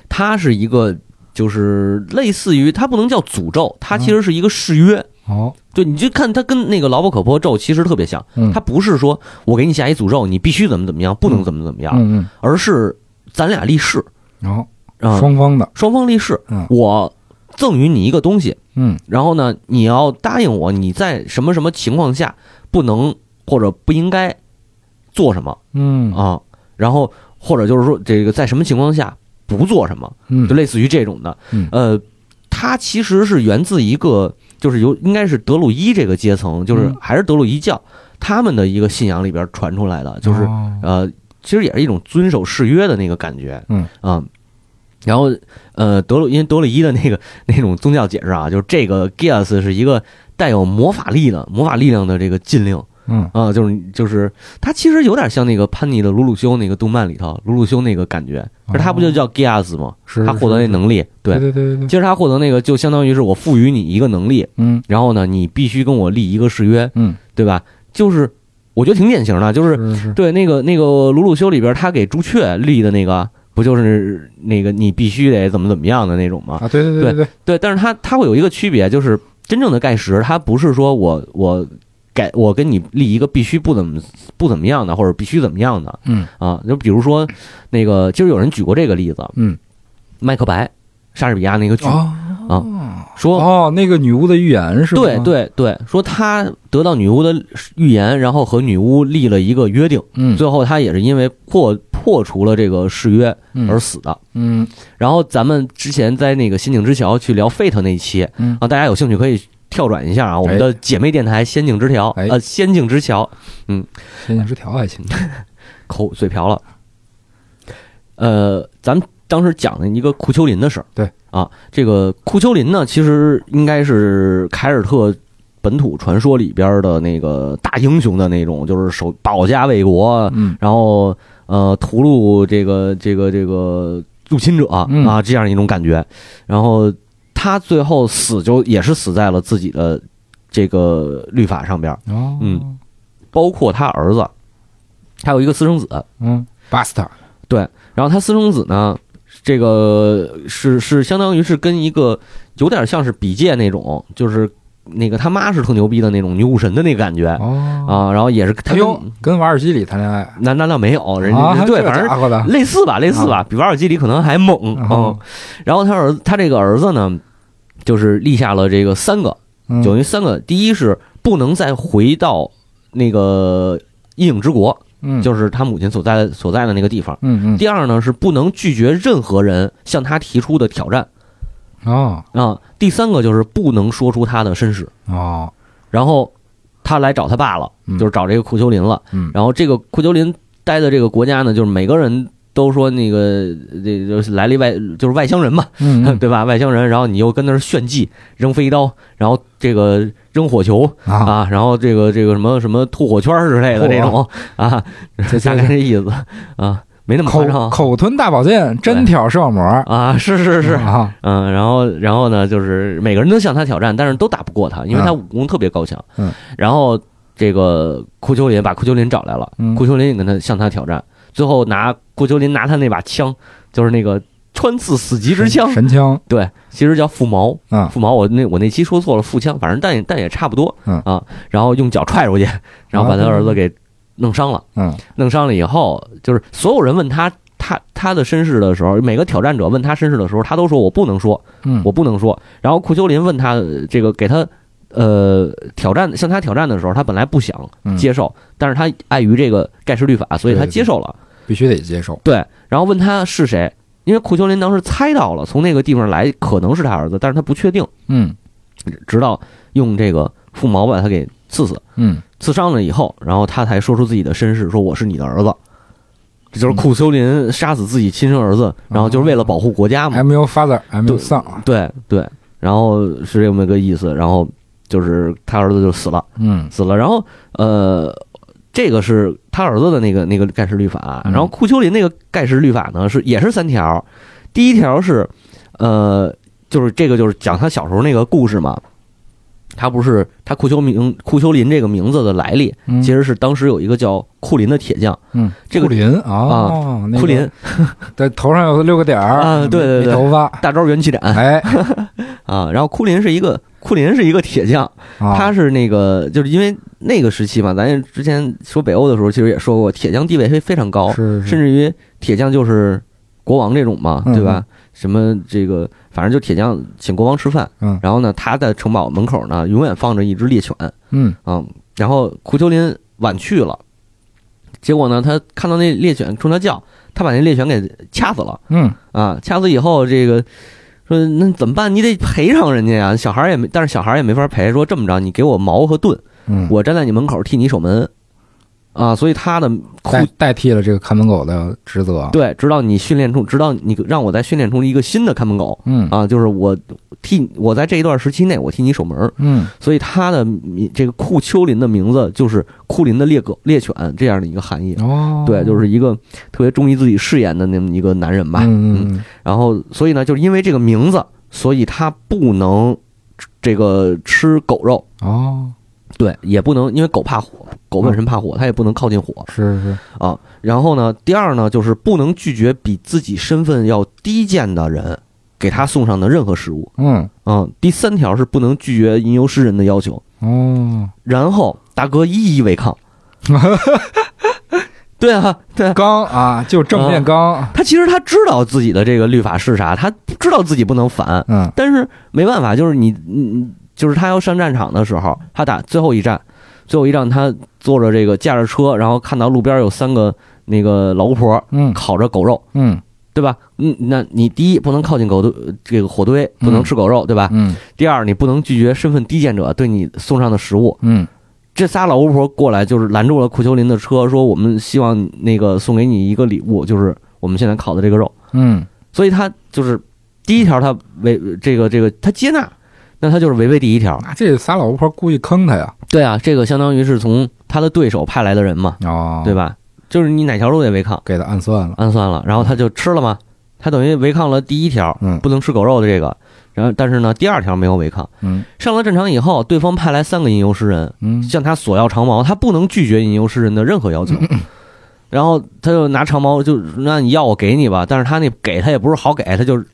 它是一个就是类似于它不能叫诅咒，它其实
嗯
是一个誓约。
哦，
对，你就看它跟那个牢不可破咒其实特别像，
嗯
它不是说我给你下一诅咒，你必须怎么怎么样，不能怎么怎么样，
嗯嗯，
而是咱俩立誓
然后
啊、
双方的，
双方立誓
嗯，
我赠予你一个东西，
嗯
然后呢，你要答应我，你在什么什么情况下不能或者不应该做什么
嗯
啊，然后或者就是说这个在什么情况下不做什么，
嗯
就类似于这种的
嗯。
呃，它其实是源自一个，就是由应该是德鲁伊这个阶层，就是
嗯
还是德鲁伊教他们的一个信仰里边传出来的，就是
哦
呃，其实也是一种遵守誓约的那个感觉。
嗯
啊。然后，呃，德鲁因为德鲁伊的那个那种宗教解释啊，就是这个 Gias 是一个带有魔法力的魔法力量的这个禁令
嗯
啊，就是就是它其实有点像那个潘尼的鲁鲁修那个动漫里头鲁鲁修那个感觉，而他不就叫 Gias 吗？
哦是
他获得那
是
能力，
对对
对，
对对对，
其实他获得那个就相当于是我赋予你一个能力，
嗯
然后呢，你必须跟我立一个誓约，
嗯，
对吧？就是我觉得挺典型的，就是
是是，
对那个那个鲁鲁修里边他给朱雀立的那个，不就是那个你必须得怎么怎么样的那种吗？
啊，对对对对，
对，但是他他会有一个区别，就是真正的盖石，他不是说我我改我跟你立一个必须不怎么不怎么样的，或者必须怎么样的
嗯
啊，就比如说那个，其实有人举过这个例子，
嗯，
麦克白，莎士比亚那个剧
啊
啊说
哦，那个女巫的预言是吧？
对，对对，说他得到女巫的预言，然后和女巫立了一个约定，
嗯，
最后他也是因为破破除了这个誓约而
嗯
死的。
嗯
然后咱们之前在那个仙境之桥去聊 Fate 那一期
嗯
啊，大家有兴趣可以跳转一下啊，我们的姐妹电台《仙境之桥》
哎
呃，《仙境之桥》
仙剑之条还行，
啊口嘴瓢了。呃，咱们当时讲了一个库丘林的事儿，
对
啊，这个库丘林呢，其实应该是凯尔特本土传说里边的那个大英雄的那种，就是守保家卫国，啊
嗯
然后呃屠戮这个这个这个入侵者啊
嗯
这样一种感觉。然后他最后死就也是死在了自己的这个律法上边儿，
哦
嗯包括他儿子，还有一个私生子。
嗯，Buster
啊然后他私生子呢，这个是是相当于是跟一个有点像是比介那种，就是那个他妈是特牛逼的那种女武神的那个感觉
哦
啊，然后也是他
哎
跟
呦，跟瓦尔基里谈恋爱，
那那倒没有，人
啊
家，对，
这
反正
家伙的，
类似吧，类似吧，比瓦尔基里可能还猛。嗯
哦，
然后他儿子，他这个儿子呢，就是立下了这个三个，
嗯
等于三个，第一是不能再回到那个阴影之国，
嗯
就是他母亲所在所在的那个地方。
嗯
第二呢是不能拒绝任何人向他提出的挑战
嗯哦
啊。第三个就是不能说出他的身世。
哦
然后他来找他爸了，
嗯
就是找这个库丘林了。
嗯
然后这个库丘林待的这个国家呢，就是每个人都说那个这就是来了一外就是外乡人嘛，
嗯嗯
对吧？外乡人，然后你又跟那儿炫技，扔飞刀，然后这个扔火球
啊，
啊，然后这个这个什么什么吐火圈儿之类的
嚯
这种啊，
这
大
这
概这意思啊，没那么夸
口
张
口吞大宝剑，真挑视网膜
啊，是是是，
啊，
嗯，然后然后呢，就是每个人都向他挑战，但是都打不过他，因为他
嗯
武功特别高强。
嗯，
然后这个库丘林把库丘林找来了，
嗯
库丘林也跟他向他挑战，最后拿库丘林拿他那把枪，就是那个穿刺死极之枪，
神枪
对，其实叫腹矛。
啊
腹矛，我那我那期说错了，腹枪，反正但也但也差不多。
嗯啊
啊，然后用脚踹出去，然后把他儿子给弄伤了。
嗯
弄伤了以后，就是所有人问他他他的身世的时候，每个挑战者问他身世的时候，他都说我不能说。
嗯
我不能说。然后库丘林问他呃这个给他呃挑战向他挑战的时候，他本来不想
嗯
接受，但是他碍于这个盖世律法，所以他
对对
接受了。
必须得接受，
对，然后问他是谁，因为库丘林当时猜到了从那个地方来可能是他儿子，但是他不确定，
嗯
直到用这个腹矛把他给刺死，
嗯
刺伤了以后，然后他才说出自己的身世，说我是你的儿子。
嗯
这就是库丘林杀死自己亲生儿子，然后就是为了保护国家嘛。
，I'm your father，I'm your
对
son，
对对，然后是这么个意思，然后就是他儿子就死了，
嗯
死了，然后呃，这个是他儿子的那个那个盖世律法，啊
嗯
然后库丘林那个盖世律法呢是也是三条，第一条是呃，就是这个就是讲他小时候那个故事嘛。他不是他库丘名库丘林这个名字的来历，
嗯，
其实是当时有一个叫库林的铁匠，
嗯，
这个啊
库林哦，那个
库林
对，头上有六个点儿
啊对对
没
对
头 发，
大招元气斩
哎，
啊，然后库林是一个库林是一个铁匠，
啊
他是那个，就是因为那个时期嘛，咱也之前说北欧的时候，其实也说过，铁匠地位非非常高，
是
甚至于铁匠就是国王这种嘛，
嗯
对吧？什么这个，反正就铁匠请国王吃饭，
嗯
然后呢，他在城堡门口呢，永远放着一只猎犬，
嗯
嗯，然后库丘林晚去了，结果呢，他看到那猎犬冲他叫，他把那猎犬给掐死了
嗯
啊，掐死以后这个。说那怎么办？你得赔偿人家呀！小孩儿也没，但是小孩儿也没法赔。说这么着，你给我矛和盾，
嗯，
我站在你门口替你守门，啊，所以他的库
代代替了这个看门狗的职责，
对，直到你训练出，直到你让我再训练出一个新的看门狗
嗯
啊，就是我替我在这一段时期内我替你守门，
嗯
所以他的名这个库丘林的名字就是库林的猎狗猎犬这样的一个含义。
哦，
对，就是一个特别忠于自己誓言的那么一个男人吧。
嗯嗯
然后，所以呢，就是因为这个名字，所以他不能吃这个吃狗肉，
嗯哦，
对，也不能因为狗怕火，狗本身怕火，它也不能靠近火。
是是
啊。然后呢，第二呢，就是不能拒绝比自己身份要低贱的人给他送上的任何食物。
嗯
嗯，第三条是不能拒绝吟游诗人的要求。
哦，
然后大哥一一违抗，对啊，对啊，
刚啊，就正
嗯
面刚，
他其实他知道自己的这个律法是啥，他知道自己不能反，
嗯
但是没办法，就是你，嗯，就是他要上战场的时候，他打最后一战，最后一战他坐着这个驾着车，然后看到路边有三个那个老巫婆
嗯
烤着狗肉，
嗯
对吧？嗯，那你第一不能靠近狗堆这个火堆，不能吃狗肉，对吧？
嗯
第二，你不能拒绝身份低贱者对你送上的食物。
嗯
这仨老巫婆过来就是拦住了库丘林的车，说我们希望那个送给你一个礼物，就是我们现在烤的这个肉。
嗯
所以他就是第一条，他违这个这个他接纳，那他就是违背第一条。
啊，这仨老巫婆故意坑他呀，
对啊，这个相当于是从他的对手派来的人嘛，
哦，
对吧？就是你哪条都得违抗，
给他暗算了，
暗算了，然后他就吃了嘛，他等于违抗了第一条，
嗯
不能吃狗肉的这个。然后但是呢，第二条没有违抗，
嗯
上了战场以后，对方派来三个吟游诗人
嗯
向他索要长矛，他不能拒绝吟游诗人的任何要求。然后他就拿长矛就，那你要我给你吧，但是他那给他也不是好给，他就是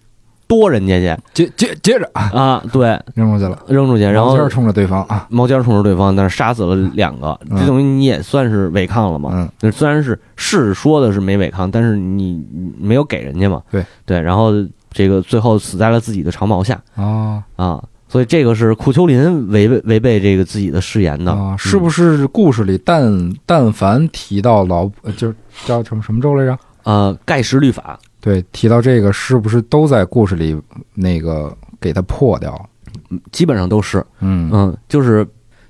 多人家去，
接接接着 啊，
啊，对，
扔出去了，
扔出去，然
毛
后
尖儿冲着对方啊，
毛尖儿冲着对方，但是杀死了两个，
嗯
这等于你也算是违抗了嘛。
嗯
就虽然是是说的是没违抗，但是你你没有给人家嘛。
对
对，然后这个最后死在了自己的长矛下
哦
啊，所以这个是库丘林违背违背这个自己的誓言的，
啊，
嗯
是不是故事里但但凡提到老，呃就是叫什么什么州来着？
呃，盖世律法
对，提到这个是不是都在故事里那个给他破掉？
基本上都是，
嗯
嗯，就是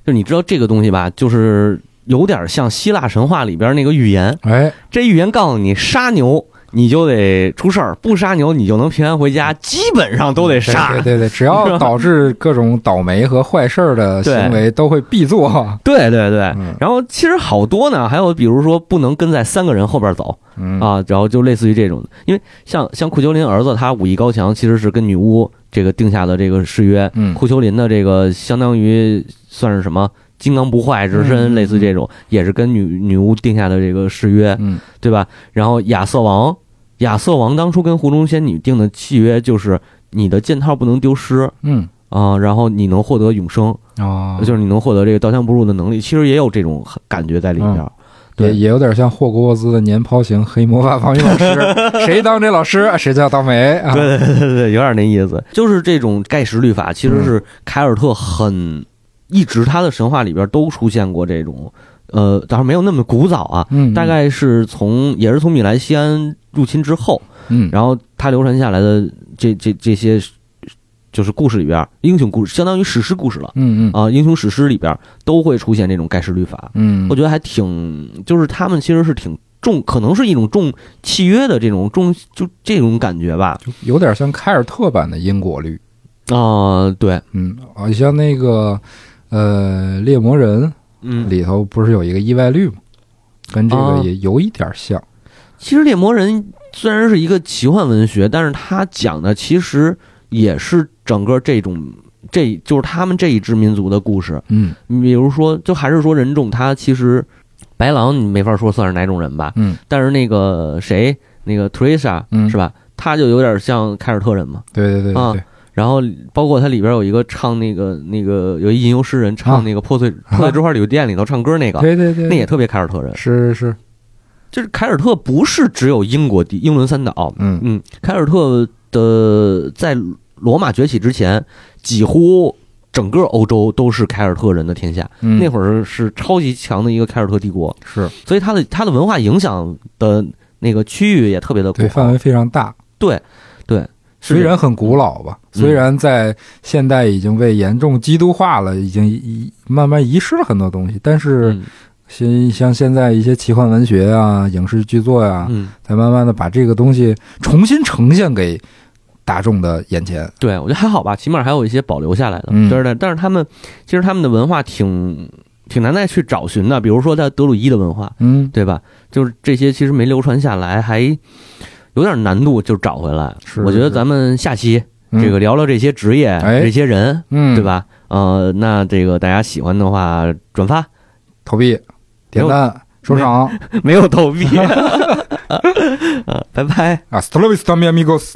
就是你知道这个东西吧，就是有点像希腊神话里边那个预言，
哎，
这预言告诉你，杀牛你就得出事儿，不杀牛你就能平安回家，基本上都得杀。
嗯对对对，只要导致各种倒霉和坏事儿的行为，都会必做。
对对对
嗯
然后其实好多呢，还有比如说不能跟在三个人后边走
嗯，
啊，然后就类似于这种，因为像像库丘林儿子他武艺高强，其实是跟女巫这个定下的这个誓约，
嗯
库丘林的这个相当于算是什么金刚不坏之身，
嗯
类似于这种，也是跟女女巫定下的这个誓约，
嗯
对吧？然后亚瑟王，亚瑟王当初跟湖中仙女定的契约就是你的剑套不能丢失
嗯，
啊、然后你能获得永生，
哦，
就是你能获得这个刀枪不入的能力。其实也有这种感觉在里面。
嗯也
对
也有点像霍格沃兹的年抛型黑魔法防御老 师，谁当这老师谁就要倒霉啊！
对对对对，有点那意思，就是这种盖世律法，其实
嗯
是凯尔特很一直他的神话里边都出现过这种，呃，当然没有那么古早啊，
嗯，
大概是从也是从米兰西安入侵之后，
嗯，
然后它流传下来的这这这些，就是故事里边儿英雄故事，相当于史诗故事了
嗯嗯
啊、英雄史诗里边儿都会出现这种盖世律法，
嗯，
我觉得还挺，就是他们其实是挺重，可能是一种重契约的这种重，就这种感觉吧。
就有点像凯尔特版的因果律。
啊、对，
嗯，好像那个呃猎魔人
嗯，
里头不是有一个意外律吗？跟这
啊
个也有一点像。
其实猎魔人虽然是一个奇幻文学，但是他讲的其实也是整个这种。这就是他们这一支民族的故事，
嗯
你比如说，就还是说人种，他其实白狼你没法说算是哪种人吧，
嗯，
但是那个谁，那个 Teresa，
嗯
是吧？他就有点像凯尔特人嘛。
对对对
啊
对对，
然后包括它里边有一个唱那个那个有一吟游诗人
啊
唱那个破碎、破碎之花旅店里头唱歌那个，
对对对，
啊那也特别凯尔特人。
是是是，
就是凯尔特不是只有英国地英伦三岛，
嗯
嗯，凯尔特的在罗马崛起之前，几乎整个欧洲都是凯尔特人的天下。
嗯，
那
儿
会儿是超级强的一个凯尔特帝国，
是
所以它的它的文化影响的那个区域也特别的
对
广，
范围非常大，
对对，是
虽然很古老吧，
嗯
虽然在现代已经被严重基督化了，已经遗慢慢遗失了很多东西，但
这
是
样
像像现在一些奇幻文学啊、影视剧作呀、
嗯嗯，
才慢慢的把这个东西重新呈现给大众的眼前。
对我觉得还好吧，起码还有一些保留下来的，
嗯
但是呢，但是他们其实他们的文化挺挺难再去找寻的，比如说在德鲁伊的文化，
嗯，
对吧？就是这些其实没流传下来，还有点难度就找回来。
是
我觉得
是
咱们下期这个聊聊这些职业、
哎
这些人，
嗯，
对？吧？呃，那这个大家喜欢的话，转发。
投币、点赞、收藏
没有投币。啊，拜拜。
啊，Hasta la vista, mi amigos。